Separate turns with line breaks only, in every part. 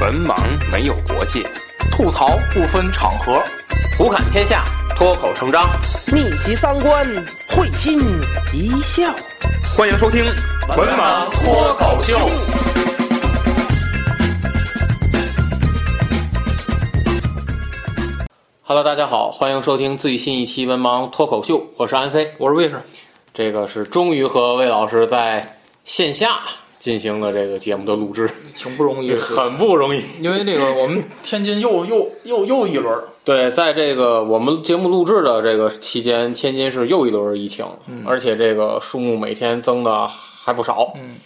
文盲没有国界，吐槽不分场合，胡侃天下，脱口成章。
逆袭三观，会心一笑。
欢迎收听《文盲脱口秀》。Hello，大家好，欢迎收听最新一期《文盲脱口秀》，我是安飞，
我是卫士，
这个是终于和魏老师在线下进行了这个节目的录制，
挺不容易的，
很不容易。
因为这个我们天津又又又又一轮儿，
对，在这个我们节目录制的这个期间，天津市又一轮疫情，
嗯
而且这个数目每天增的还不少。
嗯，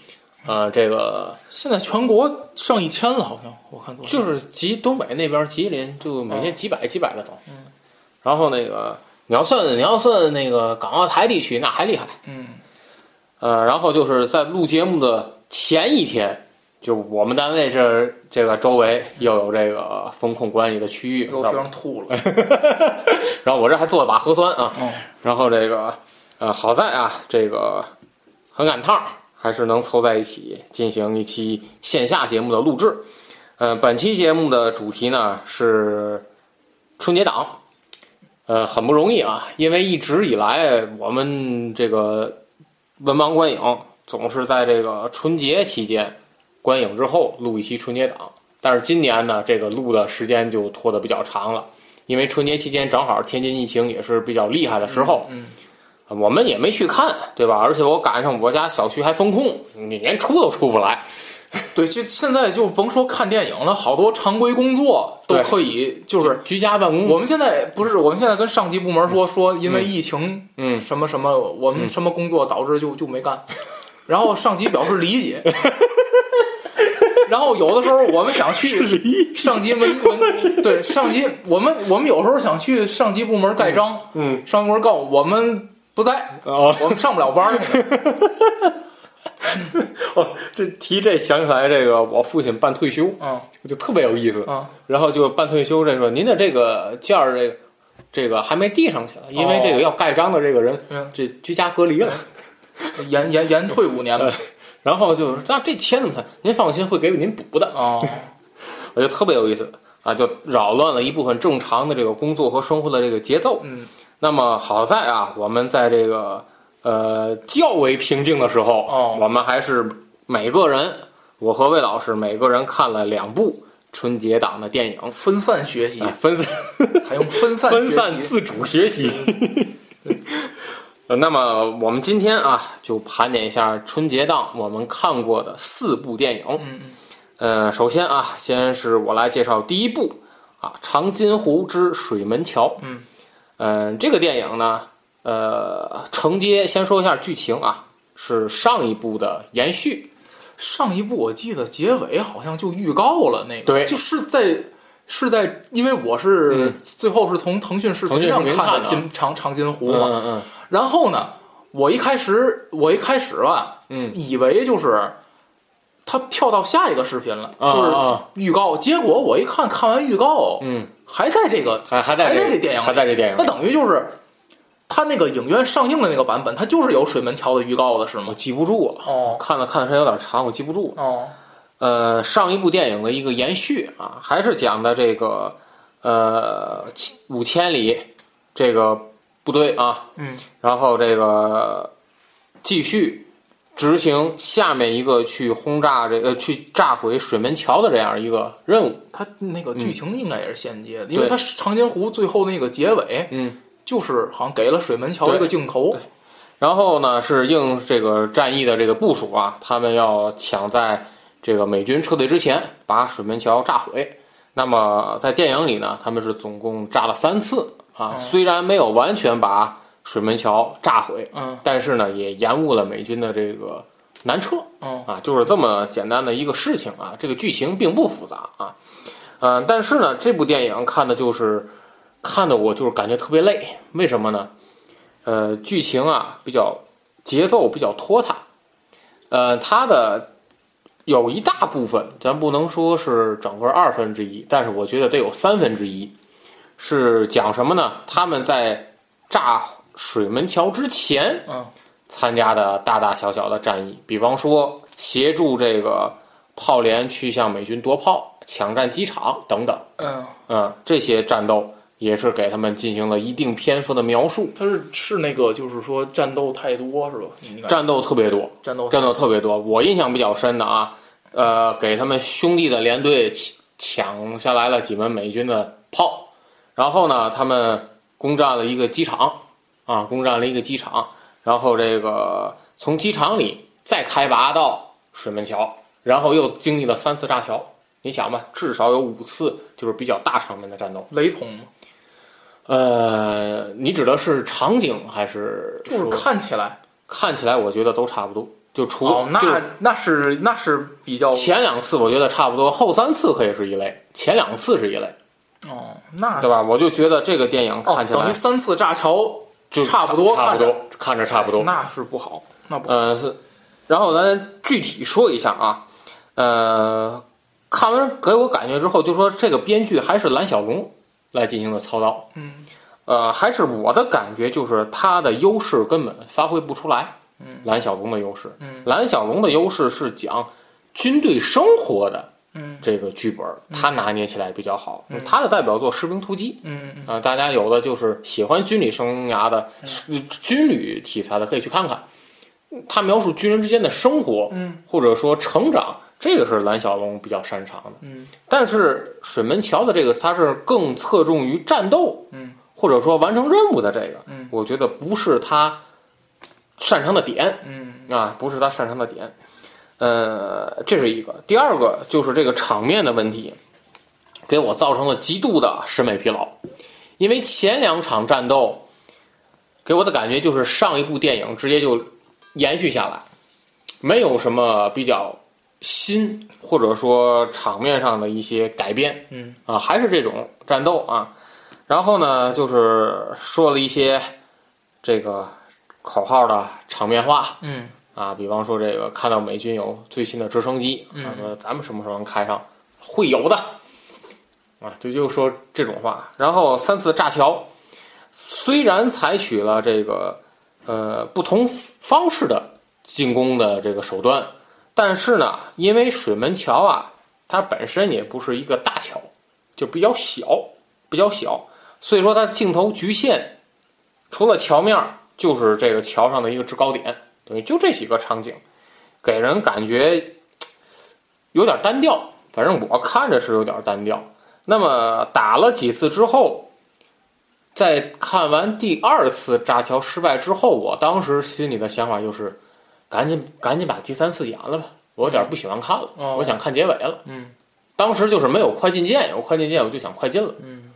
呃，这个
现在全国上一千了，好像我看昨天
就是吉东北那边吉林，就每天
哦
几百几百的都。
嗯，
然后那个你要算你要算那个港澳台地区，那还厉害。
嗯
呃，然后就是在录节目的前一天，就我们单位这儿这个周围又有这个风控管理的区域，
有学生吐了，
然后我这还做了把核酸啊，
嗯
然后这个，呃，好在啊，这个很赶趟儿，还是能凑在一起进行一期线下节目的录制。呃，本期节目的主题呢是春节档，呃，很不容易啊，因为一直以来我们这个文盲观影总是在这个春节期间观影之后录一期春节档，但是今年呢，这个录的时间就拖得比较长了。因为春节期间正好天津疫情也是比较厉害的时候，
嗯，
我们也没去看，对吧？而且我赶上我家小区还封控，你连出都出不来。
对，就现在就甭说看电影了，好多常规工作都
对
可以，就是
居家办公，
我们现在不是我们现在跟上级部门说说，因为疫情
嗯，
什么什么，我们
嗯
什么工作导致就就没干，然后上级表示 理解。然后有的时候我们想去，上级门门对上级，我们我们有时候想去上级部门盖章，
嗯
上级部门告诉我们不在，
哦，
我们上不了班儿去。
哦这提这想起来这个我父亲办退休，
嗯
就特别有意思。
嗯，
然后就办退休这说，您的这个件儿这个这个还没递上去，因为这个要盖章的这个人
嗯
这居家隔离了。
延延延退五年吧。
然后就是那这钱怎么算？您放心，会给您补的。
哦，
我觉得特别有意思啊，就扰乱了一部分正常的这个工作和生活的这个节奏。
嗯
那么好在啊，我们在这个呃较为平静的时候，
哦
我们还是每个人，我和魏老师每个人看了两部春节档的电影，
分散学习
哎，分散
采用分散
分
学
散
习。
自主学习。 呃那么我们今天啊，就盘点一下春节档我们看过的四部电影。
嗯嗯
呃，首先啊，先是我来介绍第一部啊，《长津湖之水门桥》。
嗯
嗯、这个电影呢，呃，承接先说一下剧情啊，是上一部的延续。
上一部我记得结尾好像就预告了那个，
对
就是在是在，因为我是、
嗯
最后是从腾讯视
腾讯
频上
视频看
看
的
的金长长津湖嘛，
嗯
然后呢，我一开始我一开始吧，
嗯
以为就是他跳到下一个视频了，
啊
就是
啊
预告，结果我一看看完预告
嗯嗯，
还在这个，
还还在
还在
这
这电影里
还在这电影
那
里。
等于就是他那个影院上映的那个版本，它就是有水门桥的预告的是
我
吗？
记不住了，
哦
看了看的时间有点长，我记不住了。
哦，
呃，上一部电影的一个延续啊，还是讲的这个呃七五千里这个部队啊，
嗯
然后这个继续执行下面一个去轰炸这个呃去炸毁水门桥的这样一个任务。
它那个剧情应该也是衔接的，
嗯对
因为它长津湖最后那个结尾
嗯，
就是好像给了水门桥
对
一个镜头
对，然后呢是应这个战役的这个部署啊，他们要抢在这个美军撤退之前把水门桥炸毁。那么在电影里呢，他们是总共炸了三次啊，
嗯
虽然没有完全把水门桥炸毁，
嗯
但是呢也延误了美军的这个南撤。
嗯
啊，就是这么简单的一个事情啊。这个剧情并不复杂啊，嗯、但是呢，这部电影看的就是看的我就是感觉特别累，为什么呢？呃，剧情啊比较节奏比较拖沓，呃，它的有一大部分，咱不能说是整个二分之一，但是我觉得得有三分之一，是讲什么呢？他们在炸水门桥之前，
嗯
参加的大大小小的战役，比方说协助这个炮连去向美军夺炮、抢占机场等等。
嗯，
嗯，这些战斗也是给他们进行了一定篇幅的描述。
他是是那个，就是说战斗太多是吧？你感觉
战斗特别多，
战斗
战斗特别多。我印象比较深的啊，呃，给他们兄弟的连队抢抢下来了几门美军的炮，然后呢，他们攻占了一个机场，啊，攻占了一个机场，然后这个从机场里再开拔到水门桥，然后又经历了三次炸桥。你想吧，至少有五次就是比较大场面的战斗。
雷同吗？
呃，你指的是场景还是
就
说
是看起来
看起来我觉得都差不多，就除
哦，
就
那那是那是比较
前两次我觉得差不多，后三次可以是一类，前两次是一类，
哦，那
对吧？我就觉得这个电影
哦，
看起来
等于三次炸桥
就
差不多嗯
差不多，看着差不多。
那是不好，那不好
呃，是，然后咱具体说一下啊，呃，看完给我感觉之后，就说这个编剧还是蓝小龙来进行的操刀，
嗯
呃，还是我的感觉就是他的优势根本发挥不出来，
嗯
蓝小龙的优势，
嗯
蓝小龙的优势是讲军队生活的。
嗯
这个剧本儿，他拿捏起来比较好。
嗯
他的代表作《士兵突击》
嗯嗯
啊、大家有的就是喜欢军旅生涯的、
嗯
军旅题材的，可以去看看。他描述军人之间的生活，
嗯
或者说成长，这个是蓝小龙比较擅长的。
嗯
但是水门桥的这个，他是更侧重于战斗，
嗯，
或者说完成任务的这个，
嗯，
我觉得不是他擅长的点。
嗯
啊，不是他擅长的点。呃，这是一个。第二个就是这个场面的问题，给我造成了极度的审美疲劳，因为前两场战斗给我的感觉就是上一部电影直接就延续下来，没有什么比较新或者说场面上的一些改变。
嗯
啊，还是这种战斗啊。然后呢，就是说了一些这个口号的场面话
嗯
啊，比方说这个看到美军有最新的直升机，啊，
嗯
说咱们什么时候能开上？会有的啊，就就说这种话。然后三次炸桥，虽然采取了这个呃不同方式的进攻的这个手段，但是呢，因为水门桥啊，它本身也不是一个大桥，就比较小，比较小，所以说它镜头局限，除了桥面儿就是这个桥上的一个制高点，等于就这几个场景，给人感觉嘖有点单调。反正我看着是有点单调。那么打了几次之后，在看完第二次炸桥失败之后，我当时心里的想法就是，赶紧赶紧把第三次演了吧，我有点不喜欢看了，
哦
我想看结尾了。
嗯
当时就是没有快进键，有快进键我就想快进了。
嗯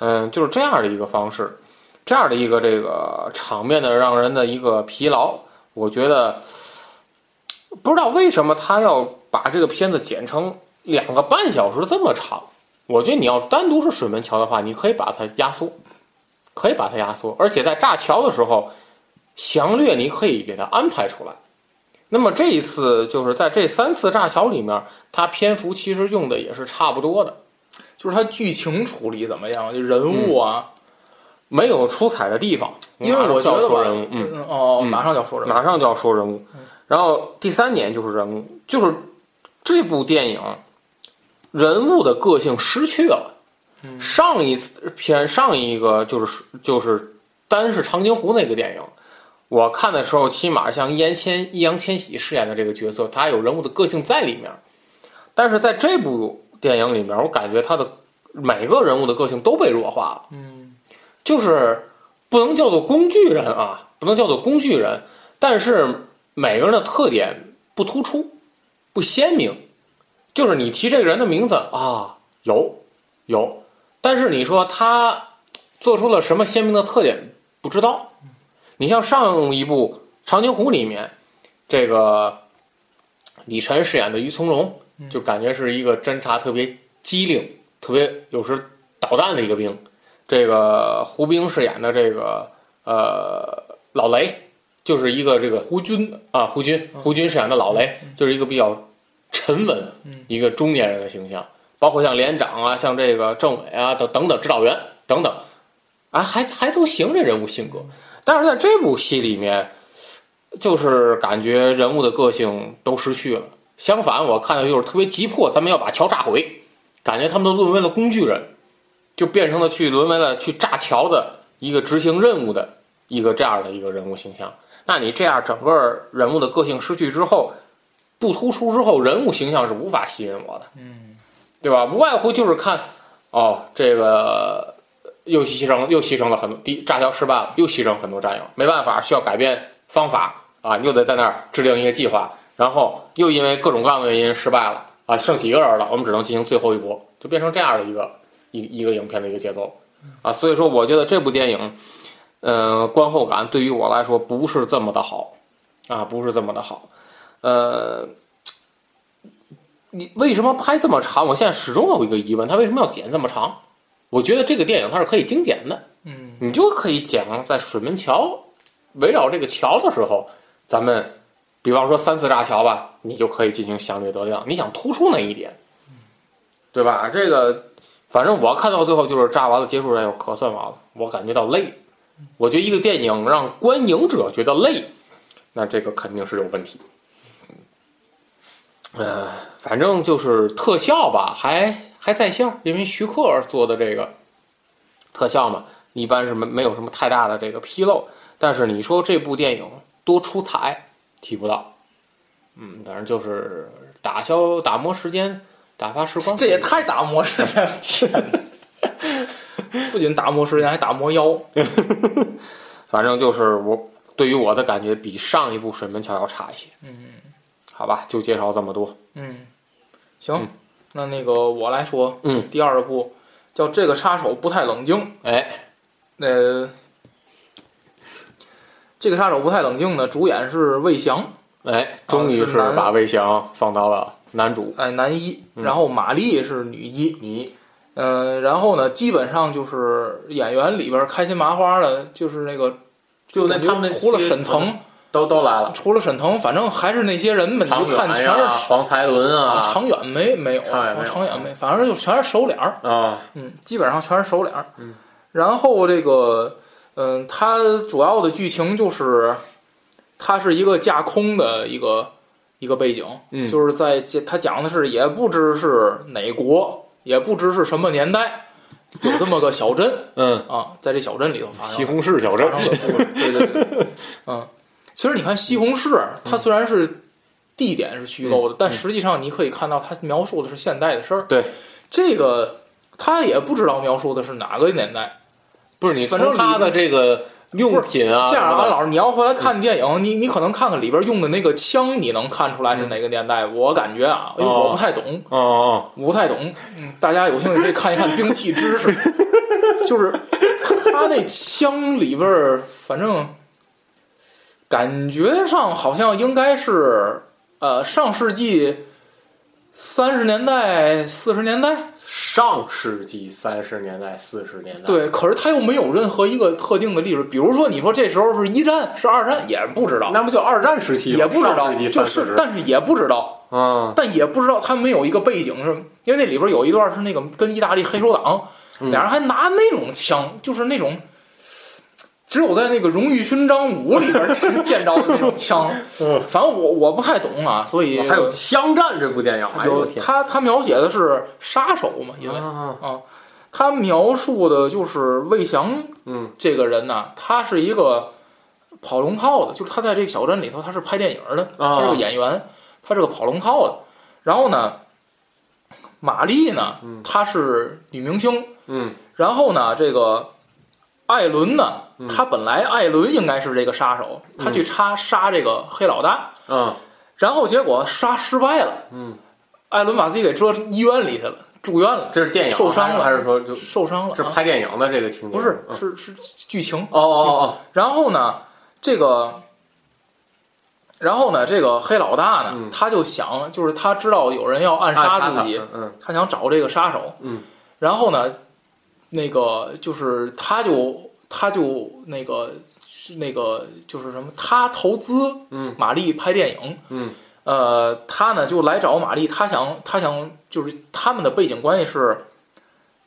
嗯，就是这样的一个方式，这样的一个这个场面的让人的一个疲劳，我觉得不知道为什么他要把这个片子剪成两个半小时这么长。我觉得你要单独是水门桥的话，你可以把它压缩，可以把它压缩，而且在炸桥的时候，详略你可以给它安排出来。那么这一次就是在这三次炸桥里面，它篇幅其实用的也是差不多的。
就是它剧情处理怎么样？就人物
嗯
啊，
没有出彩的地方，
因为我觉
马上就
得
要说
吧
人物，嗯，
哦，
嗯
马上就要说人物，嗯
马上就要说人物。然后第三点就是人物，就是这部电影人物的个性失去了。
嗯
上一次片上一个就是就是单是长津湖那个电影，我看的时候，起码像易烊千易烊千玺饰演的这个角色，他有人物的个性在里面。但是在这部电影里面，我感觉他的每个人物的个性都被弱化了。
嗯
就是不能叫做工具人啊，不能叫做工具人，但是每个人的特点不突出，不鲜明。就是你提这个人的名字啊，有有，但是你说他做出了什么鲜明的特点，不知道。你像上一部《长津湖》里面，这个李晨饰演的于从容，
嗯
就感觉是一个侦查特别机灵、特别有时捣蛋的一个兵。这个胡兵饰演的这个呃老雷，就是一个这个胡军嗯啊，胡军胡军饰演的老雷，就是一个比较沉稳
嗯，
一个中年人的形象。包括像连长啊，像这个政委啊等等等指导员等等，啊还还都行这人物性格。但是在这部戏里面，就是感觉人物的个性都失去了，相反，我看到就是特别急迫，咱们要把桥炸毁，感觉他们都沦为了工具人，就变成了去沦为了去炸桥的一个执行任务的一个这样的一个人物形象。那你这样整个人物的个性失去之后，不突出之后，人物形象是无法吸引我的，
嗯，
对吧？无外乎就是看，哦，这个又牺牲又牺牲了很多，第一炸桥失败了，又牺牲很多战友，没办法，需要改变方法啊，你又得在那儿制定一个计划，然后又因为各种各样的原因失败了啊，剩几个人了，我们只能进行最后一搏，就变成这样的一个一一个影片的一个节奏啊，所以说我觉得这部电影，呃，观后感对于我来说不是这么的好啊，不是这么的好，呃。你为什么拍这么长？我现在始终有一个疑问，他为什么要剪这么长？我觉得这个电影它是可以精简的，
嗯，
你就可以讲在水门桥围绕这个桥的时候，咱们比方说三次炸桥吧，你就可以进行详略得量。你想突出哪一点，对吧？这个反正我看到最后就是炸完了，结束战又可算完了，我感觉到累。我觉得一个电影让观影者觉得累，那这个肯定是有问题。呃，反正就是特效吧，还还在线儿，因为徐克做的这个特效嘛，一般是没没有什么太大的这个纰漏。但是你说这部电影多出彩，提不到。嗯，反正就是打消打磨时间，打发时光。
这也太打磨时间了，天哪！不仅打磨时间，还打磨腰。
反正就是我对于我的感觉比上一部《水门桥》要差一些。
嗯
好吧，就介绍这么多。
嗯，行，
嗯
那那个我来说，
嗯，
第二部叫《这个杀手不太冷静》。
哎，
呃，这个杀手不太冷静呢，主演是魏翔，
哎，终于
啊
是
是男
把魏翔放到了男主。
哎，男一，
嗯
然后马丽是女一，
你
呃，然后呢，基本上就是演员里边开心麻花的，就是那个，
就那
感觉
他们
除了
些
沈腾，
都都来了，
除了沈腾，反正还是那些人吧，你
常
就
远
看全
呀、
是
黄才伦啊，
长远没没有，
长远没有
长远没，反正就全是熟脸儿，
啊，
嗯，基本上全是熟脸儿。
嗯，
然后这个，嗯，它主要的剧情就是，它是一个架空的一个一个背景，
嗯
就是在这，它讲的是也不知是哪国，也不知是什么年代，有这么个小镇
嗯，
啊，在这小镇里头发
西
生
红柿小镇
发生的故事，对对对，嗯，其实你看西红柿，它虽然是。地点是虚构的，但实际上你可以看到，它描述的是现代的事儿。
嗯对，
这个他也不知道描述的是哪个年代。
不是你
反正
从他的这个用品啊，嗯
这样
什么
啊，
的
老师，你要回来看电影，你你可能看看里边用的那个枪，你能看出来是哪个年代。
嗯
我感觉啊，因为
哦
我不太懂，
哦哦，
我不太懂。嗯，大家有兴趣可以看一看兵器知识， 就是他那枪里边儿，反正感觉上好像应该是呃上世纪三十年代、四十年代。
上世纪三十年代、四十年代，，
对，可是他又没有任何一个特定的历史，比如说你说这时候是一战是二战，也不知道，
那不就二战时期吗
也不知道
上世纪，
就
三四
是
十，
但是也不知道，
嗯
但也不知道他没有一个背景是，因为那里边有一段是那个跟意大利黑手党
嗯
俩人还拿那种枪，就是那种。只有在那个荣誉勋章五里边儿 见着的那种枪，
嗯，哦
反正我我不太懂啊，所以
还有《枪战》这部电影，哎呦
有
我天，
他他描写的是杀手嘛，因为
啊，
他描述的就是魏翔
嗯
这个人呢、他是一个跑龙套的，就是他在这个小镇里头，他是拍电影的，他是个
啊，
演员，他是个跑龙套的。然后呢，玛丽呢
嗯，
她是女明星。
嗯
然后呢，这个艾伦呢
嗯，
他本来艾伦应该是这个杀手，他去插杀这个黑老大，
嗯
然后结果杀失败了，
嗯，
艾伦把自己给折医院里去了，住院了，
这是电影
受伤了
还是还是说就
受伤了
是
啊。
拍电影的这个情节？
不是，
嗯
是是剧情。
哦哦
然后呢，这个，然后呢，这个黑老大呢，
嗯
他就想，就是他知道有人要暗
哦，暗
杀
他
自己，，
嗯
他想找这个杀手。
嗯。
然后呢，那个就是他就他就那个是那个就是什么，他投资
嗯
玛丽拍电影。
嗯
呃，他呢就来找玛丽，他想他想就是他们的背景关系是，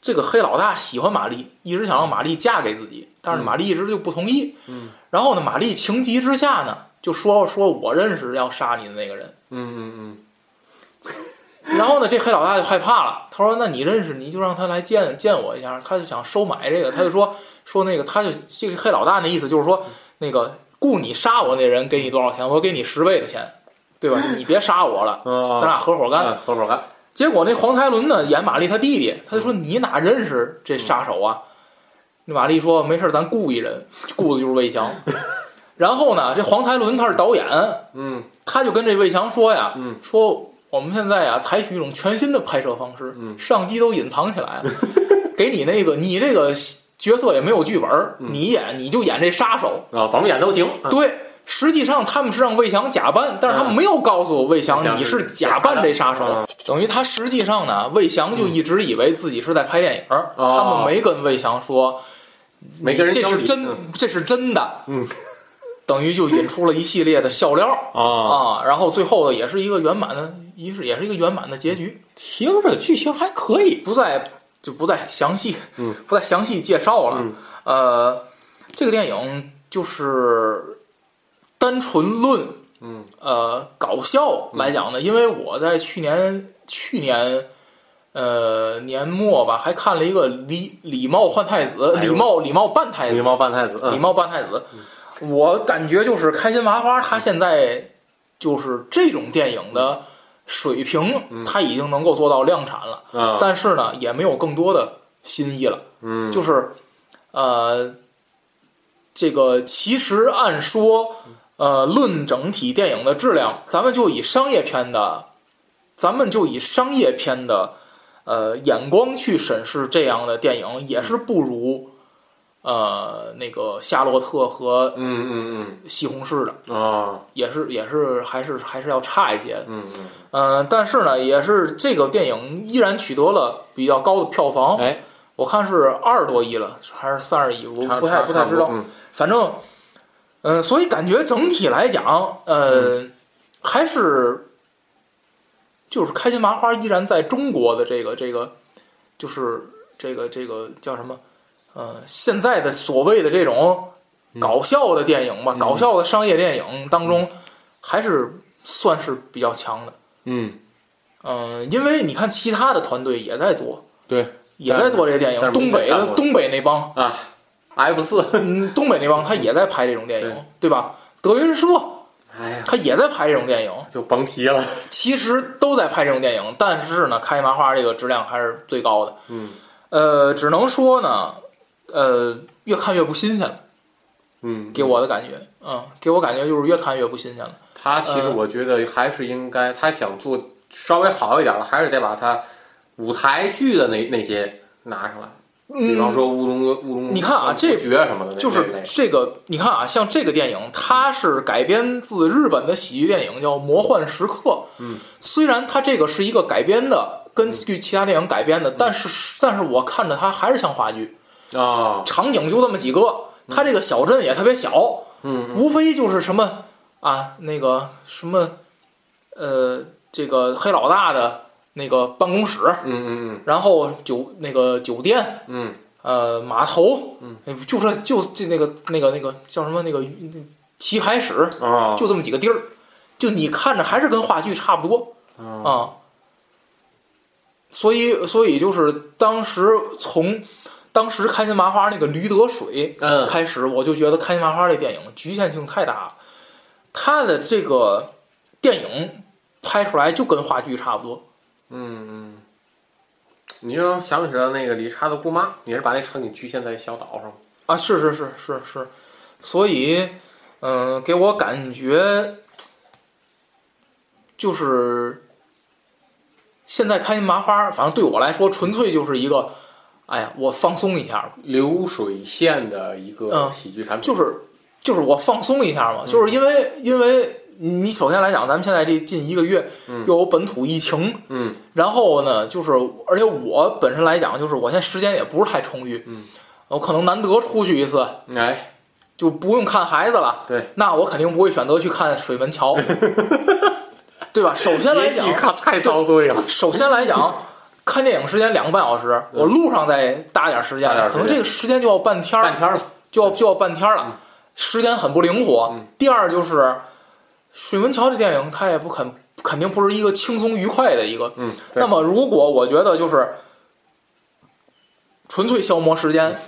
这个黑老大喜欢玛丽，一直想让玛丽嫁给自己，但是玛丽一直就不同意。
嗯，
然后呢，玛丽情急之下呢，就说说我认识要杀你的那个人，
嗯嗯嗯
然后呢，这黑老大就害怕了，他说：“那你认识，你就让他来见见我一下。”他就想收买这个，他就说说那个，他就这个黑老大那意思就是说，那个雇你杀我那人给你多少钱，我给你十倍的钱，对吧？你别杀我了，咱
嗯，
俩合伙干。
干合伙干，
结果那黄才伦呢演玛丽他弟弟，他就说你哪认识这杀手啊？那玛丽说没事儿，咱雇一人，雇的就是魏 翔。然后呢，这黄才伦他是导演，
嗯
他就跟这魏翔说呀，
嗯
说我们现在呀采取一种全新的拍摄方式，
嗯
上机都隐藏 起来，给你那个你这个角色也没有剧本儿，
嗯
你演你就演这杀手，
啊，怎么演都行，啊
对，实际上他们是让魏翔假扮，但是他们没有告诉我魏
嗯魏翔
翔你
是
是假扮这杀
假的嗯
手，等于他实际上呢，魏翔就一直以为自己是在拍电影儿，
哦
他们没跟魏翔说，
没跟人
这
交
是
底
真
嗯，
这是真的，
嗯，
等于就引出了一系列的笑 料儿
啊，
啊，然后最后的也是一个圆满的，一是也是一个圆满的结局，
听着剧情还可以，
不再就不再详细，
嗯，
不再详细介绍了，
嗯
呃，这个电影就是单纯论。
嗯
呃搞笑来讲呢，因为我在去年去年呃年末吧，还看了一个礼礼貌换太子，
哎
礼
呦
貌礼貌扮太子，
狸猫扮太子，嗯
礼貌扮太子，我感觉就是开心麻花，他现在就是这种电影的
嗯
水平，他已经能够做到量产了，
啊，
但是呢，也没有更多的新意了。
嗯，
就是呃，这个其实按说，呃，论整体电影的质量，咱们就以商业片的，咱们就以商业片的呃眼光去审视这样的电影，也是不如。呃，那个《夏洛特》和
嗯嗯
《西红柿》的，
嗯啊，
也是也是还是还是要差一些的。
嗯嗯，
嗯、但是呢，也是这个电影依然取得了比较高的票房。
哎，
我看是二十多亿了，还是三十亿，我
差
不太
差
不太知道。
嗯
反正，嗯、所以感觉整体来讲，呃，
嗯
还是就是开心麻花依然在中国的这个这个，就是这个这个叫什么？呃，现在的所谓的这种
嗯
搞笑的电影吧，
嗯
搞笑的商业电影当中，还是算是比较强的。
嗯，
嗯、因为你看其他的团队也在做，
对，
也在做这些电
但
影。
是没
东北
干
的
过
东北那帮，
啊 F 四，
嗯，东北那帮他也在拍这种电影，对吧？德云社
哎呀，
他也在拍这种电影，
就甭提了。
其实都在拍这种电影，但是呢，开心麻花这个质量还是最高的。
嗯
呃，只能说呢，呃，越看越不新鲜了，
嗯，
给我的感觉，嗯，给我感觉就是越看越不新鲜了。
他其实
呃
我觉得还是应该，他想做稍微好一点的，还是得把他舞台剧的那那些拿上来，比方
嗯，
说乌龙乌龙，
你看啊这
爵什么的，那
就是
那
这个，你看啊，像这个电影，它是改编自日本的喜剧电影，叫《魔幻时刻》。
嗯，
虽然它这个是一个改编的，根据其他电影改
嗯
编的，但是但是我看着它还是像话剧，
那啊，
场景就这么几个，它这个小镇也特别小，
嗯
无非就是什么啊那个什么，呃，这个黑老大的那个办公室，
嗯嗯
然后酒那个酒店，
嗯嗯
呃，码头，
嗯
哎，就这就就那个那个那个叫什么那个那棋牌室，
嗯啊，
就这么几个地儿，就你看着还是跟话剧差不多
啊
啊。所以，所以就是当时从当时开心麻花那个《驴得水
嗯》
开始，我就觉得开心麻花这电影局限性太大了，它的这个电影拍出来就跟话剧差不多。
嗯嗯，你就想起了那个理查德姑妈，你是把那场景局限在小岛上吗？
啊，是是是是是，所以，嗯、给我感觉就是现在开心麻花，反正对我来说，纯粹就是一个，哎呀，我放松一下，
流水线的一个
嗯
喜剧产品，
就是就是我放松一
嗯
下嘛，就是因为因为你首先来讲，咱们现在这近一个月
嗯
又有本土疫情，
嗯
然后呢，就是而且我本身来讲，就是我现在时间也不是太充裕，
嗯，
我可能难得出去一次，
哎
就不用看孩子了。
对，
那我肯定不会选择去看水 门桥，对吧？首先来
别
讲
提，看太遭罪了，
首先来讲，看电影时间两个半小时，我路上再搭点时间
搭点，时间
可能这个时间就要半天
半
儿，
天了，
就要就要半天儿了，时间很不灵活
嗯。
第二就是，水门桥这电影它也不肯肯定不是一个轻松愉快的一个。
嗯，对
那么如果我觉得就是纯粹消磨时间，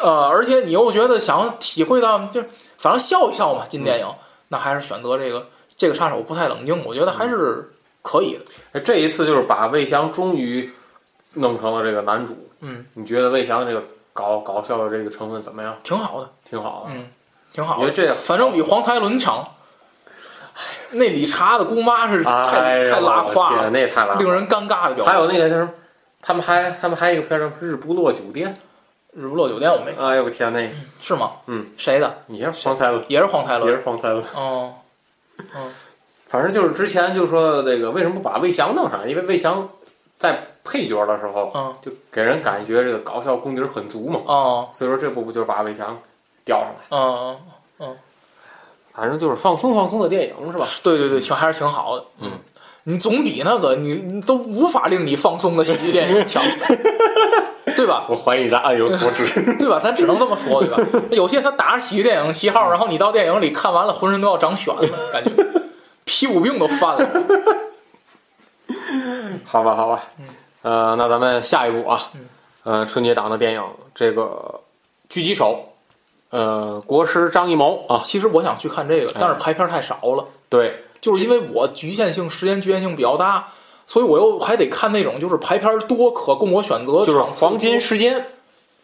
呃，而且你又觉得想体会到，就反正笑一笑嘛，进电影，
嗯
那还是选择这个这个杀手不太冷静，我觉得还
嗯
是可以的。
哎这一次就是把魏翔终于弄成了这个男主。
嗯，
你觉得魏翔这个搞搞笑的这个成分怎么样？
挺好的，
挺好的。
嗯，挺
我
好
觉
的
得。这
反正比黄才伦强。那理查的姑妈是太、
哎呦
太拉胯
我
了
天，那也太拉胯
令
了。
人尴尬的表
还
现。
有那个叫什么？他们还他们还有一个片儿叫《日不落酒店
日不落酒店我没》。
哎呦我天，那个
是吗？
嗯，
谁的？
你是黄三了，
也是黄才
也
伦。
是黄三了。
哦，
反正就是之前就说那个为什么不把魏翔弄上？因为魏翔在配角的时候
嗯，
就给人感觉这个搞笑功底儿很足嘛，
哦，
所以说这部不就是把魏翔调上来？
嗯，
反正就是放松放松的电影是吧？
啊对对对，挺还是挺好的。
嗯，
你总比那个你你都无法令你放松的喜剧电影 强，对吧？
我怀疑咱暗有所指。
对吧？咱只能这么说，对吧？有些他打着喜剧电影旗号，然后你到电影里看完了，浑身都要长癣了，感觉 屁股病都犯了。
好吧，好吧，呃，那咱们下一步啊，
嗯
呃，春节档的电影这个《狙击手》，呃，国师张艺谋啊，
其实我想去看这
哎
个，但是排片太少了。
对，
就是因为我局限性时间局限性比较大，所以我又还得看那种就是排片多可供我选择，
就是
场次多
黄金时间，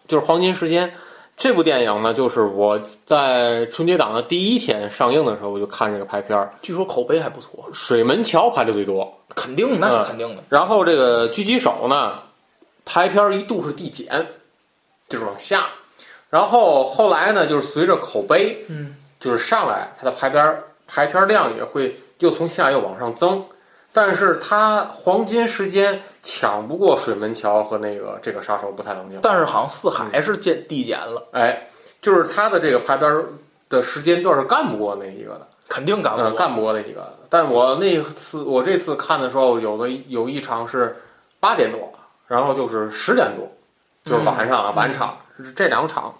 就是黄金时间。这部电影呢，就是我在春节档的第一天上映的时候，我就看这个排片儿，
据说口碑还不错，
《水门桥》排的最多，
肯定那
嗯
是肯定的。
然后这个《狙击手》呢，排片儿一度是递减，就是往下，然后后来呢，就是随着口碑
嗯
就是上来，它的排片儿排片儿量也会又从下又往上增，但是它黄金时间抢不过水门桥和那个这个杀手不太冷静，
但是好像四海是见递减了，
哎，就是它的这个排片儿的时间段是干不过那几个的，
肯定赶
嗯、
不过。
干不过那几个的。但我那次我这次看的时候，有个有一场是八点多，然后就是十点多，就是晚上啊、
嗯
晚场、是这两场，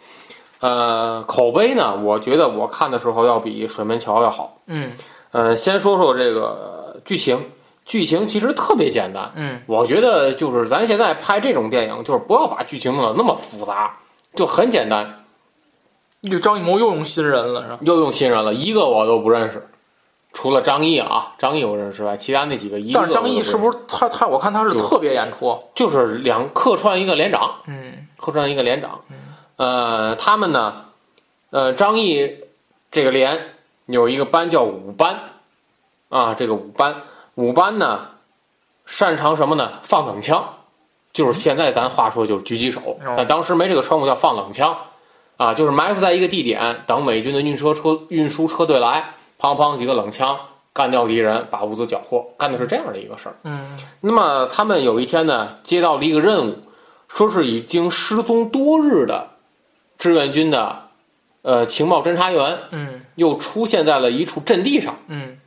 呃，口碑呢，我觉得我看的时候要比水门桥要好。
嗯
呃，先说说这个剧情，剧情其实特别简单。
嗯
我觉得就是咱现在拍这种电影，就是不要把剧情弄得那么复杂，就很简单。
又张艺谋又用新人了是吧？
又用新人了，一个我都不认识，除了张译啊，张译我认识之外，其他那几个一个
但是张译是
是
不是他他我看他是
就
特别演出，
就是两客串一个连长，
嗯
客串一个连长。呃，他们呢，呃，张译这个连有一个班叫五班，啊，这个五班，五班呢擅长什么呢？放冷枪，就是现在咱话说就是狙击手，
哦
但当时没这个称呼叫放冷枪，啊，就是埋伏在一个地点，等美军的运车车运输车队来，砰砰几个冷枪干掉敌人，把物资缴获，干的是这样的一个事儿。
嗯
那么他们有一天呢，接到了一个任务，说是已经失踪多日的志愿军的呃情报侦察员
嗯
又出现在了一处阵地上。
嗯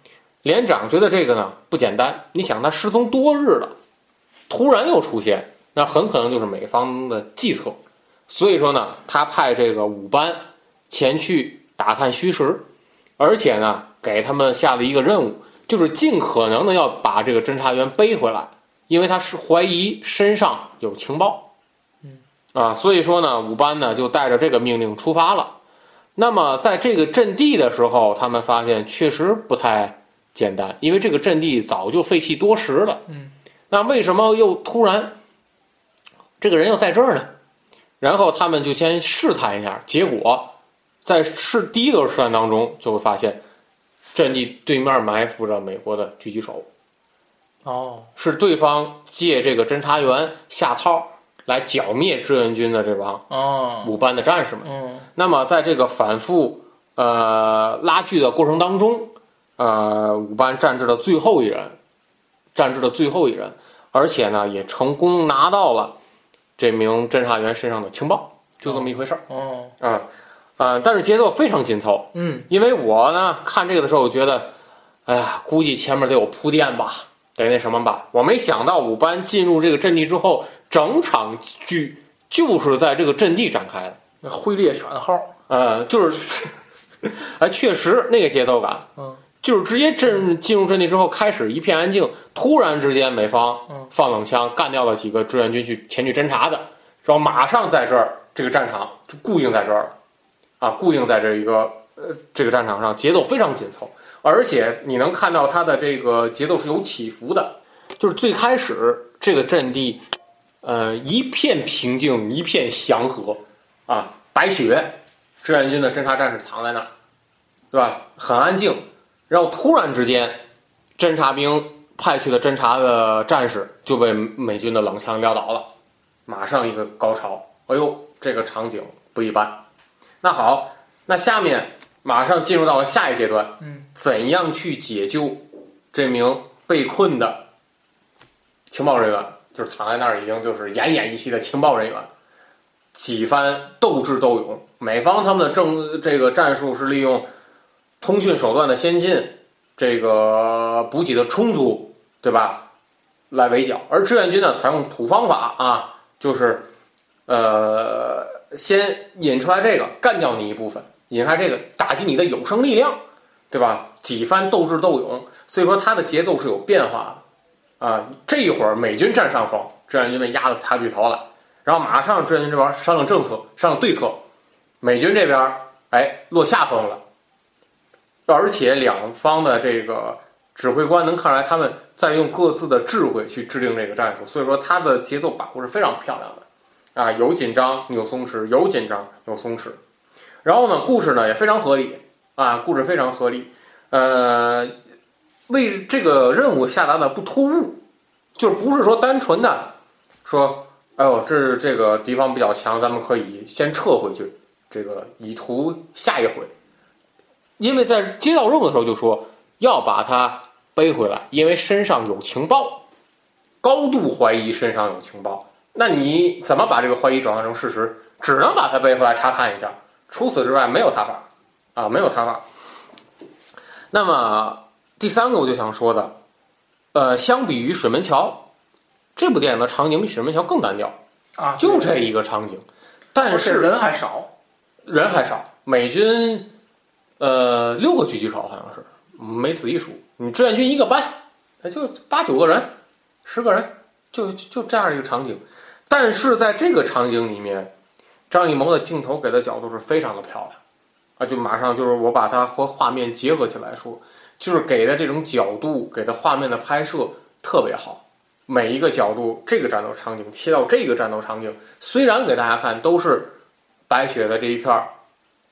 连长觉得这个呢不简单，你想他失踪多日了，突然又出现，那很可能就是美方的计策。所以说呢，他派这个五班前去打探虚实，而且呢给他们下了一个任务，就是尽可能的要把这个侦察员背回来，因为他是怀疑身上有情报。
嗯，
啊，所以说呢，五班呢就带着这个命令出发了。那么在这个阵地的时候，他们发现确实不太简单，因为这个阵地早就废弃多时了。
嗯，
那为什么又突然这个人又在这儿呢？然后他们就先试探一下，结果在试第一个试探当中，就会发现阵地对面埋伏着美国的狙击手，
哦
是对方借这个侦察员下套来剿灭志愿军的这帮
哦
五班的战士们。
嗯
那么在这个反复呃拉锯的过程当中，呃，五班战至了最后一人，战至了最后一人，而且呢也成功拿到了这名侦察员身上的情报，就这么一回事儿
哦
啊。呃，但是节奏非常紧凑，
嗯
因为我呢看这个的时候，我觉得，哎呀，估计前面得有铺垫吧，得那什么吧。我没想到五班进入这个阵地之后，整场剧就是在这个阵地展开的。
挥列选号
呃，就是，哎，确实那个节奏感，
嗯，
就是直接阵进入阵地之后，开始一片安静，突然之间美方
嗯
放冷枪干掉了几个志愿军去前去侦察的，然后马上在这儿这个战场就固定在这儿了，啊，固定在这一个呃这个战场上，节奏非常紧凑，而且你能看到它的这个节奏是有起伏的，就是最开始这个阵地，呃，一片平静，一片祥和，啊，白雪，志愿军的侦察战士藏在那儿，对吧？很安静。然后突然之间，侦察兵派去的侦察的战士就被美军的冷枪撂倒了，马上一个高潮。哎呦，这个场景不一般。那好，那下面马上进入到了下一阶段，
嗯，
怎样去解救这名被困的情报人员？就是躺在那儿已经就是奄奄一息的情报人员，几番斗智斗勇。美方他们的政这个战术是利用通讯手段的先进，这个补给的充足，对吧？来围剿，而志愿军呢采用土方法啊，就是呃先引出来这个，干掉你一部分，引出来这个，打击你的有生力量，对吧？几番斗智斗勇，所以说它的节奏是有变化的啊。这一会儿美军占上风，志愿军被压得擦巨逃了，然后马上志愿军这边商量政策，商量对策，美军这边哎落下风了。而且两方的这个指挥官能看出来，他们在用各自的智慧去制定这个战术，所以说他的节奏把握是非常漂亮的，啊，有紧张有松弛，有紧张有松弛。然后呢，故事呢也非常合理啊，故事非常合理，呃，为这个任务下达的不突兀，就是不是说单纯的说，哎呦，这是这个敌方比较强，咱们可以先撤回去，这个以图下一回。因为在接到任务的时候就说要把他背回来，因为身上有情报，高度怀疑身上有情报。那你怎么把这个怀疑转化成事实？只能把他背回来查看一下，除此之外没有他法，啊，没有他法。那么第三个我就想说的，呃，相比于水门桥，这部电影的场景比水门桥更单调，
啊，
就这一个场景，但
而且
是
人还少，
人还少，美军呃六个狙击手好像是，没仔细数。你志愿军一个班，哎就八九个人，十个人，就就这样一个场景。但是在这个场景里面，张艺谋的镜头给的角度是非常的漂亮啊，就马上就是我把它和画面结合起来说，就是给的这种角度，给的画面的拍摄特别好。每一个角度，这个战斗场景切到这个战斗场景，虽然给大家看都是白雪的这一片儿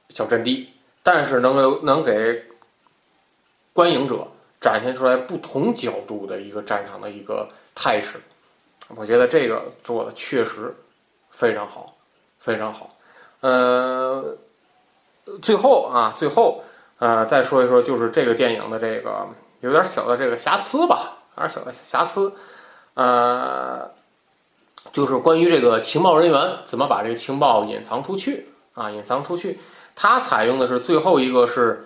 小阵地，但是能够能给观影者展现出来不同角度的一个战场的一个态势。我觉得这个做的确实非常好，非常好。呃，最后啊，最后呃，再说一说就是这个电影的这个有点小的这个瑕疵吧，有点小的瑕疵。呃，就是关于这个情报人员怎么把这个情报隐藏出去啊，隐藏出去。他采用的是最后一个是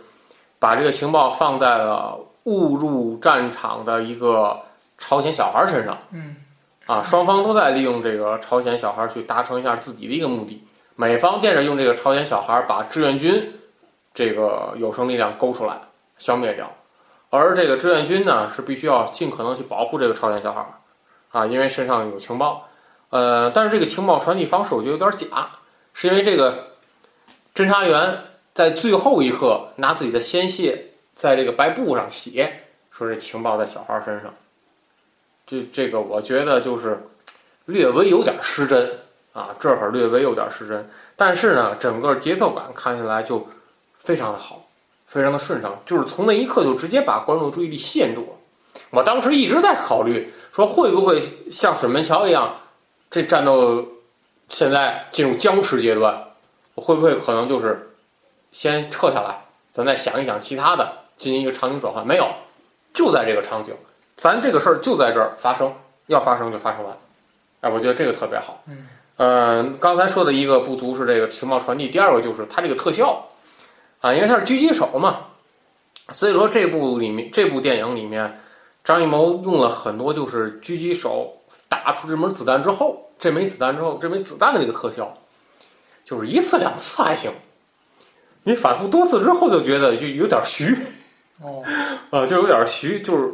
把这个情报放在了误入战场的一个朝鲜小孩身上
嗯，
啊，双方都在利用这个朝鲜小孩去达成一下自己的一个目的。美方惦着用这个朝鲜小孩把志愿军这个有生力量勾出来，消灭掉，而这个志愿军呢是必须要尽可能去保护这个朝鲜小孩啊，因为身上有情报。呃，但是这个情报传递方式我觉得有点假，是因为这个侦查员在最后一刻拿自己的鲜血在这个白布上写，说这情报在小孩身上。这这个我觉得就是略微有点失真啊，这会儿略微有点失真，但是呢，整个节奏感看起来就非常的好，非常的顺畅，就是从那一刻就直接把观众注意力吸引住了。我当时一直在考虑，说会不会像水门桥一样，这战斗现在进入僵持阶段，我会不会可能就是先撤下来，咱再想一想其他的，进行一个场景转换？没有，就在这个场景，咱这个事儿就在这儿发生，要发生就发生完。哎，我觉得这个特别好。
嗯，
呃，刚才说的一个不足是这个情报传递，第二个就是它这个特效啊，因为它是狙击手嘛，所以说这部里面这部电影里面，张艺谋用了很多就是狙击手打出这门子弹之后，这枚子弹之后，这枚子弹的这个特效。就是一次两次还行，你反复多次之后就觉得就有点虚，
哦，
啊，就有点徐，就是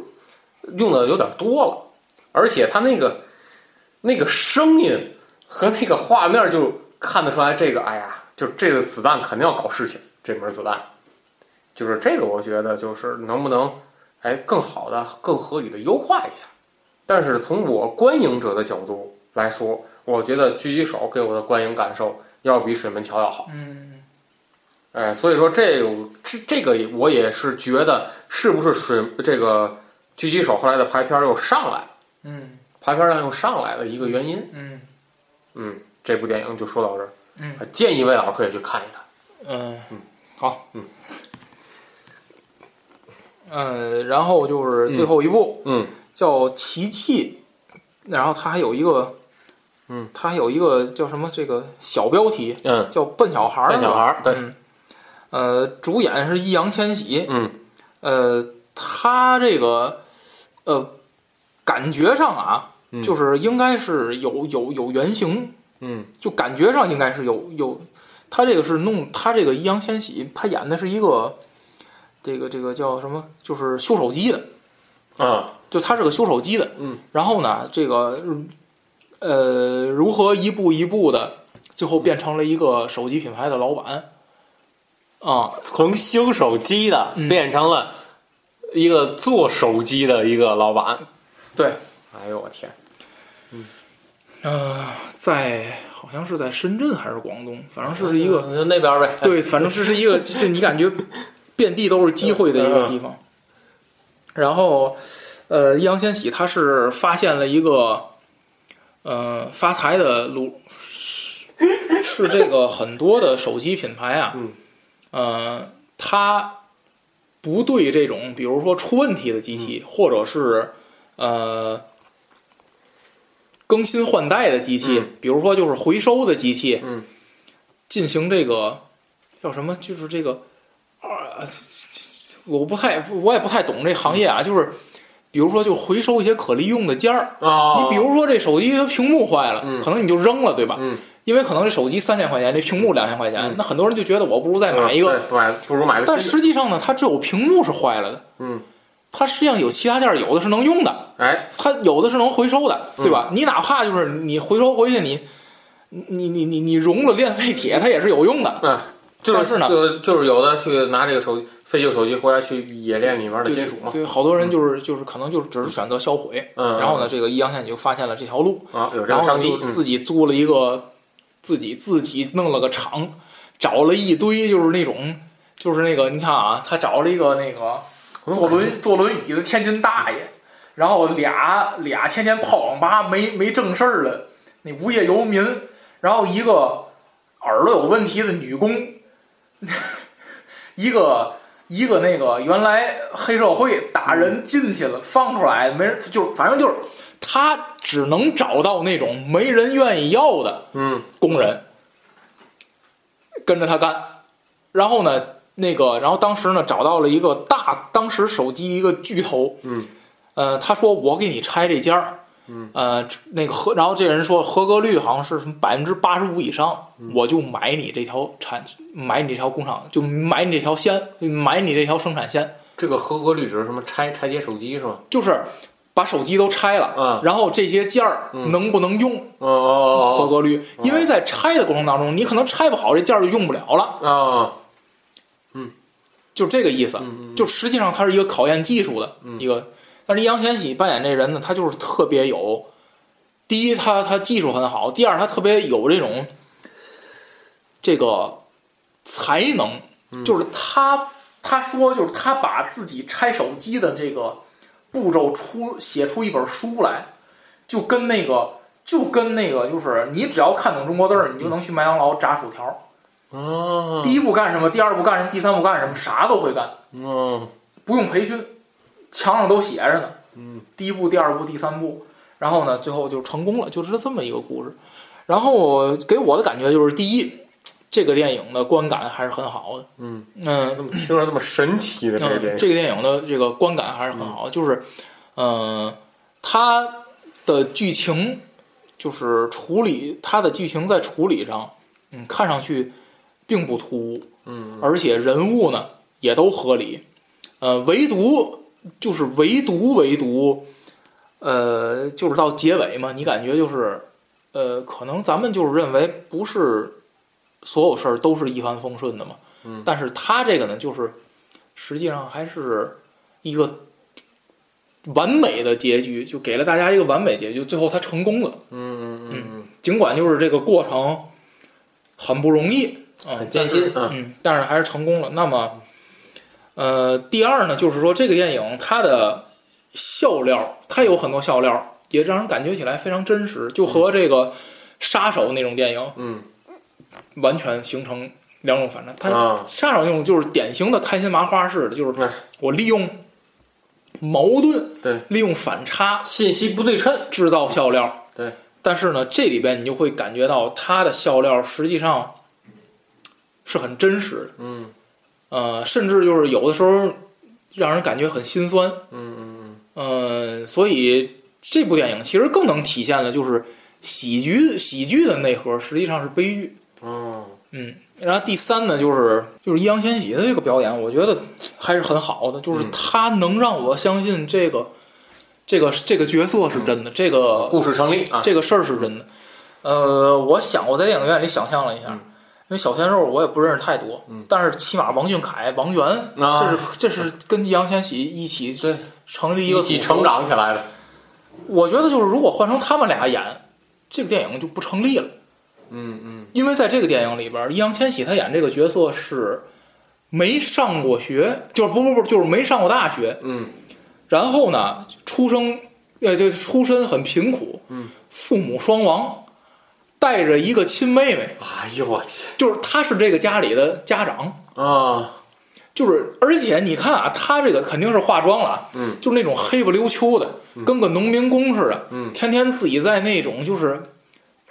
用的有点多了，而且他那个那个声音和那个画面就看得出来，这个哎呀，就这个子弹肯定要搞事情，这门子弹，就是这个，我觉得就是能不能哎更好的、更合理的优化一下。但是从我观影者的角度来说，我觉得狙击手给我的观影感受要比水门桥要好。
嗯，
哎，所以说这个这这个我也是觉得是不是水这个狙击手后来的排片儿又上来，
嗯，
排片量又上来的一个原因。
嗯，
嗯，这部电影就说到这儿。
嗯，
建议魏老师可以去看一看。
嗯
嗯，
好，
嗯，
呃，然后就是最后一部、
嗯
叫《奇迹》，然后它还有一个，
嗯，
它还有一个叫什么这个小标题
嗯，
叫《笨小孩儿》
笨
是吧，
小孩儿对
嗯，呃，主演是易烊千玺，
嗯
呃，他这个呃，感觉上啊，
嗯
就是应该是有有有原型，
嗯
就感觉上应该是有有，他这个是弄他这个易烊千玺，他演的是一个这个这个叫什么，就是修手机的，
啊
就他是个修手机的，
嗯，
然后呢，这个呃，如何一步一步的，最后变成了一个手机品牌的老板。啊、
从修手机的
嗯
变成了一个做手机的一个老板。
对，
哎呦我天！
呃，在好像是在深圳还是广东，反正是一个
就那边呗。
嗯对，反正这是一个，就你感觉遍地都是机会的一个地方。然后，呃，易烊千玺他是发现了一个，呃，发财的路，是是这个很多的手机品牌啊，
嗯
呃，他不对这种比如说出问题的机器，
嗯
或者是呃更新换代的机器，
嗯
比如说就是回收的机器，
嗯
进行这个叫什么，就是这个啊，我不太我也不太懂这行
嗯
业啊，就是比如说就回收一些可利用的件儿。
啊，
你比如说这手机它屏幕坏了，
嗯
可能你就扔了，对吧？
嗯，
因为可能这手机三千块钱，这屏幕两千块钱，
嗯
那很多人就觉得我不如再买一个。
对买不如买个
但
新的。
实际上呢，它只有屏幕是坏了的，
嗯，
它实际上有其他件儿，有的是能用的，
哎，
它有的是能回收
嗯
的，对吧？你哪怕就是你回收回去，你你你你你熔了炼废铁，它也是有用的。
嗯，就
但
是
是呢
就就是有的去拿这个手机废旧手机回来去冶炼里面的
对
金属嘛。
对，好多人就是就是可能就是只是选择销毁，
嗯，
然后呢，这个易烊千玺就发现了这条路，
啊，有这
然
个
后
商
呢
机
就，自己租了一个，自己自己弄了个厂，找了一堆就是那种就是那个你看啊，他找了一个那个坐轮坐轮椅的天津大爷，然后俩俩天天泡网吧没没正事儿的那无业游民，然后一个耳朵有问题的女工， 一个一个那个原来黑社会打人进去了放出来没人，就反正就是他只能找到那种没人愿意要的
嗯
工人跟着他干，然后呢，那个，然后当时呢找到了一个大，当时手机一个巨头，
嗯
呃，他说我给你拆这家儿，
嗯，
呃，那个合，然后这人说合格率好像是什么百分之八十五以上，
嗯
我就买你这条产，买你这条工厂，就买你这条线，买你这条生产线，
这个合格率指是什么拆拆解手机是吗？
就是把手机都拆了，
嗯
然后这些件儿
嗯
能不能用？
哦哦
合格率，因为在拆的过程当中，你可能拆不好这件儿就用不了了，
哦哦哦，
就这个意思。
嗯嗯，
就实际上它是一个考验技术的
嗯
一个，但是易烊千玺扮演这人呢，他就是特别有，第一他他技术很好，第二他特别有这种这个才能，
嗯
就是他他说就是他把自己拆手机的这个步骤出写出一本书来，就跟那个。就跟那个，就是你只要看懂中国字
嗯
儿，你就能去麦当劳炸薯条。
哦，
第一步干什么，第二步干什么，第三步干什么，啥都会干，
嗯
不用培训，墙上都写着呢。
嗯
第一步、第二步、第三步，然后呢，最后就成功了，就是这么一个故事。然后给我的感觉就是，第一，这个电影的观感还是很好的，
嗯，
嗯，
怎么听着那么神奇的这个
嗯
电
这
影？
个电影的这个观感还是很好的，就是，嗯、它的剧情就是处理它的剧情在处理上，嗯，看上去并不突兀，
嗯
而且人物呢也都合理，呃，唯独就是唯独唯独，呃，就是到结尾嘛，你感觉就是，呃，可能咱们就是认为不是所有事儿都是一帆风顺的嘛，
嗯
但是他这个呢，就是实际上还是一个完美的结局，就给了大家一个完美结局，最后他成功了，
嗯嗯
尽管就是这个过程很不容易啊，
很艰辛
但是
啊
嗯，但是还是成功了。那么，呃，第二呢，就是说这个电影它的笑料，它有很多笑料，也让人感觉起来非常真实，就和这个杀手那种电影
嗯
完全形成两种反差。它
嗯啊，
杀手那种就是典型的开心麻花式的，就是
哎
我利用矛盾，
对，
利用反差
信息不对称，
制造笑料。
对，
但是呢，这里边你就会感觉到他的笑料实际上是很真实的，
嗯
呃，甚至就是有的时候让人感觉很心酸。
嗯嗯
嗯、所以这部电影其实更能体现了就是喜剧喜剧的内核实际上是悲剧。
嗯，哦，
嗯，然后第三呢，就是就是易烊千玺的这个表演，我觉得还是很好的，就是
嗯
他能让我相信这个、这个这个角色是真的，这个
故事成立啊，
这个事儿是真的。呃，我想我在电影院里想象了一下，
嗯
因为小鲜肉我也不认识太多，
嗯
但是起码王俊凯、王源，
啊
这是这是跟易烊千玺一起
对
成立一个
一起
组合
成。长起来的，
我觉得就是如果换成他们俩演，这个电影就不成立了，
嗯嗯
因为在这个电影里边，易烊千玺他演这个角色是没上过学，就是不不不，就是没上过大学，
嗯
然后呢，出生呃，就出身很贫苦，
嗯，
父母双亡，带着一个亲妹妹，
哎呦我天
就是他是这个家里的家长，
啊，
就是而且你看啊，他这个肯定是化妆了啊，
嗯
就是那种黑不溜秋的，跟个农民工似的，
嗯
天天自己在那种就是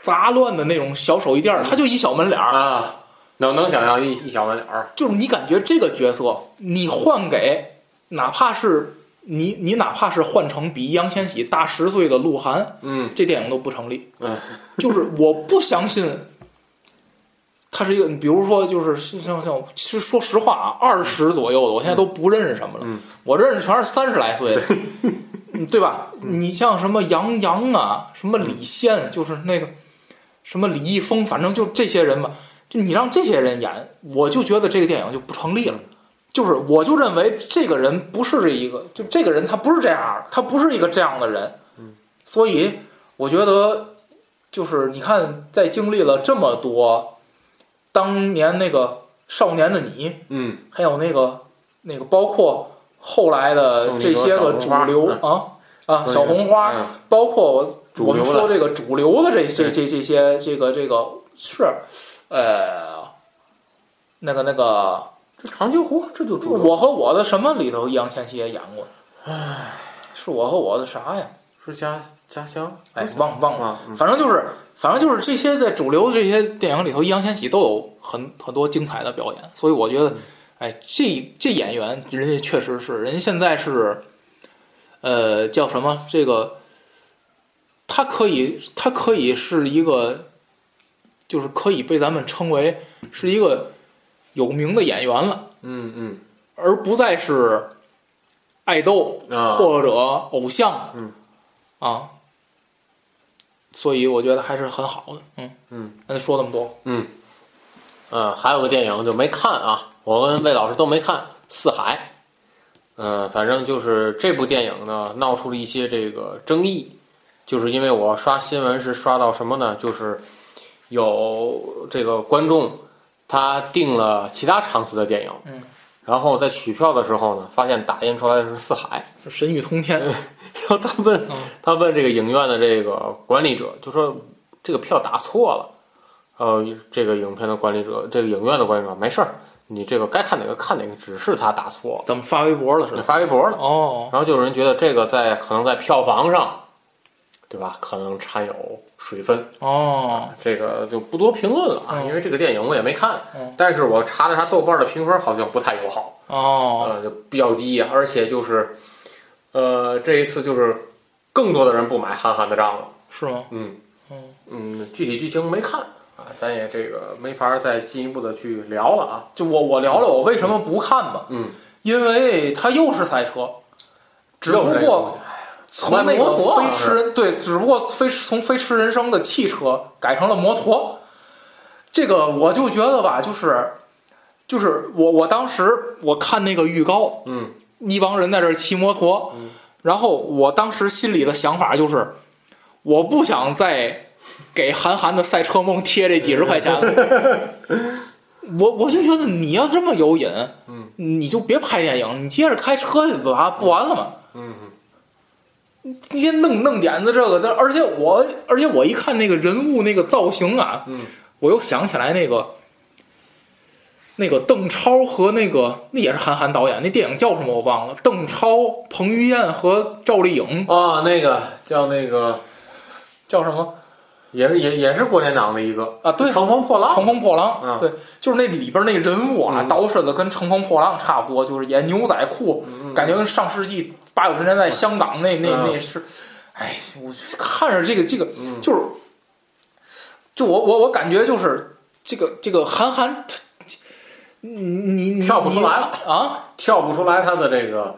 杂乱的那种小手艺店儿，他就一小门脸儿，
啊，能能想象一一小门脸儿，
就是你感觉这个角色，你换给哪怕是你你哪怕是换成比易烊千玺大十岁的鹿晗。
嗯
这电影都不成立。
嗯，
就是我不相信，他是一个，比如说，就是像像，其实说实话啊，二十左右的，我现在都不认识什么了，
嗯
我认识全是三十来岁的， 嗯对吧？你像什么杨洋啊，什么李
嗯
现，就是那个什么李易峰，反正就这些人吧。就你让这些人演，我就觉得这个电影就不成立了。
嗯
就是我就认为这个人不是这一个，就这个人他不是这样儿，他不是一个这样的人。
嗯，
所以我觉得就是你看，在经历了这么多，当年那个少年的你，
嗯
还有那个那个包括后来的这些个主
送
流
你
啊啊
所以
小红花，
嗯
包括我
主
我
流
们
的
说这个主流的这这
对
这这些这个这个是呃那个那个
这长津湖这就主流
我和我的什么里头，易烊千玺也演过。唉，是我和我的啥呀？
是家家乡，
哎，忘忘了，
啊，嗯
反正就是，反正就是这些在主流的这些电影里头，易烊千玺都有很很多精彩的表演，所以我觉得
嗯，
哎，这这演员人家确实是，人家现在是，呃，叫什么？这个，他可以，他可以是一个，就是可以被咱们称为是一个有名的演员了，
嗯
而不再是爱豆
嗯啊，
或者偶像，
嗯，
啊，所以我觉得还是很好的，嗯
嗯，
那就说那么多，
嗯，嗯，还有个电影就没看啊，我跟魏老师都没看《四海》。嗯，反正就是这部电影呢，闹出了一些这个争议，就是因为我刷新闻是刷到什么呢？就是有这个观众他订了其他场次的电影，
嗯，
然后在取票的时候呢，发现打印出来的是《四海》，
神域通 天，
然后他问
嗯
他问这个影院的这个管理者，就说这个票打错了。呃，这个影片的管理者，这个影院的管理者，没事儿，你这个该看哪个看哪个，只是他打错
怎么发微博了
了，
是
你
吧？
发微博了。
哦，
然后就有人觉得这个在可能在票房上，对吧？可能掺有水分，
哦，
这个就不多评论了啊，
嗯
因为这个电影我也没看
嗯。
但是我查了查豆瓣的评分，好像不太友好。
哦，
呃，就比较低，而且就是，呃，这一次就是更多的人不买韩寒的账了。
是吗？
嗯
嗯
嗯，具体剧情没看啊，咱也这个没法再进一步的去聊了啊。
就我我聊聊我为什么不看吧，
嗯
因为它又是赛车，只不
又是这个东
过
西
从那
摩
个
托好
飞
像是
驰对，只不过飞从飞驰人生的汽车改成了摩托。这个我就觉得吧，就是就是我我当时我看那个预告，
嗯，
一帮人在这儿骑摩托，
嗯
然后我当时心里的想法就是，我不想再给韩寒的赛车梦贴这几十块钱了。 我我就觉得你要这么有瘾，
嗯，
你就别拍电影，你接着开车去吧，不完了吗？
嗯嗯
你先弄弄点子这个，但而且我而且我一看那个人物那个造型啊，
嗯，
我又想起来那个那个邓超和那个那也是韩寒导演，那电影叫什么我忘了，邓超、彭于晏和赵丽颖
哦，那个叫那个
叫什么
也是也也是国联党的一个
啊？对，
乘风破浪，
乘风破浪，
嗯
对，就是那里边那人物啊，
嗯
捯饬的跟乘风破浪差不多，就是也牛仔裤，
嗯
感觉跟上世纪八九十年代香港那那
嗯
那是，哎，我看着这个这个
嗯
就是，就我我我感觉就是这个这个韩寒，他你你你
跳不出来了
啊，
跳不出来他的这个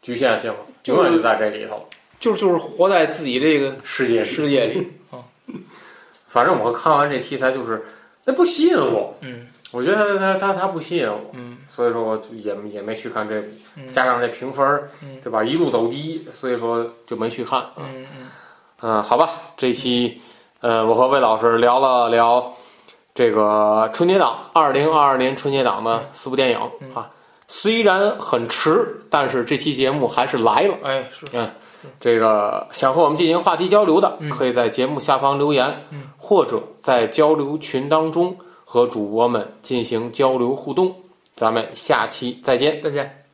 局限性，
就
永
是
远就在这里头，
就是就是活在自己这个
世界里。
世界里，
反正我看完这题材就是，那不吸引我，
嗯
我觉得他他他他不吸引我，
嗯
所以说我就也也没去看这部，
嗯
加上这评分儿
嗯
对吧，一路走低，所以说就没去看。
嗯嗯，
嗯，好吧，这期呃，我和魏老师聊了聊这个春节档二零二二年春节档的四部电影、
嗯
啊。虽然很迟，但是这期节目还是来了。
哎是，
这个想和我们进行话题交流的，
嗯
可以在节目下方留言，
嗯
或者在交流群当中和主播们进行交流互动。咱们下期再见。
再见。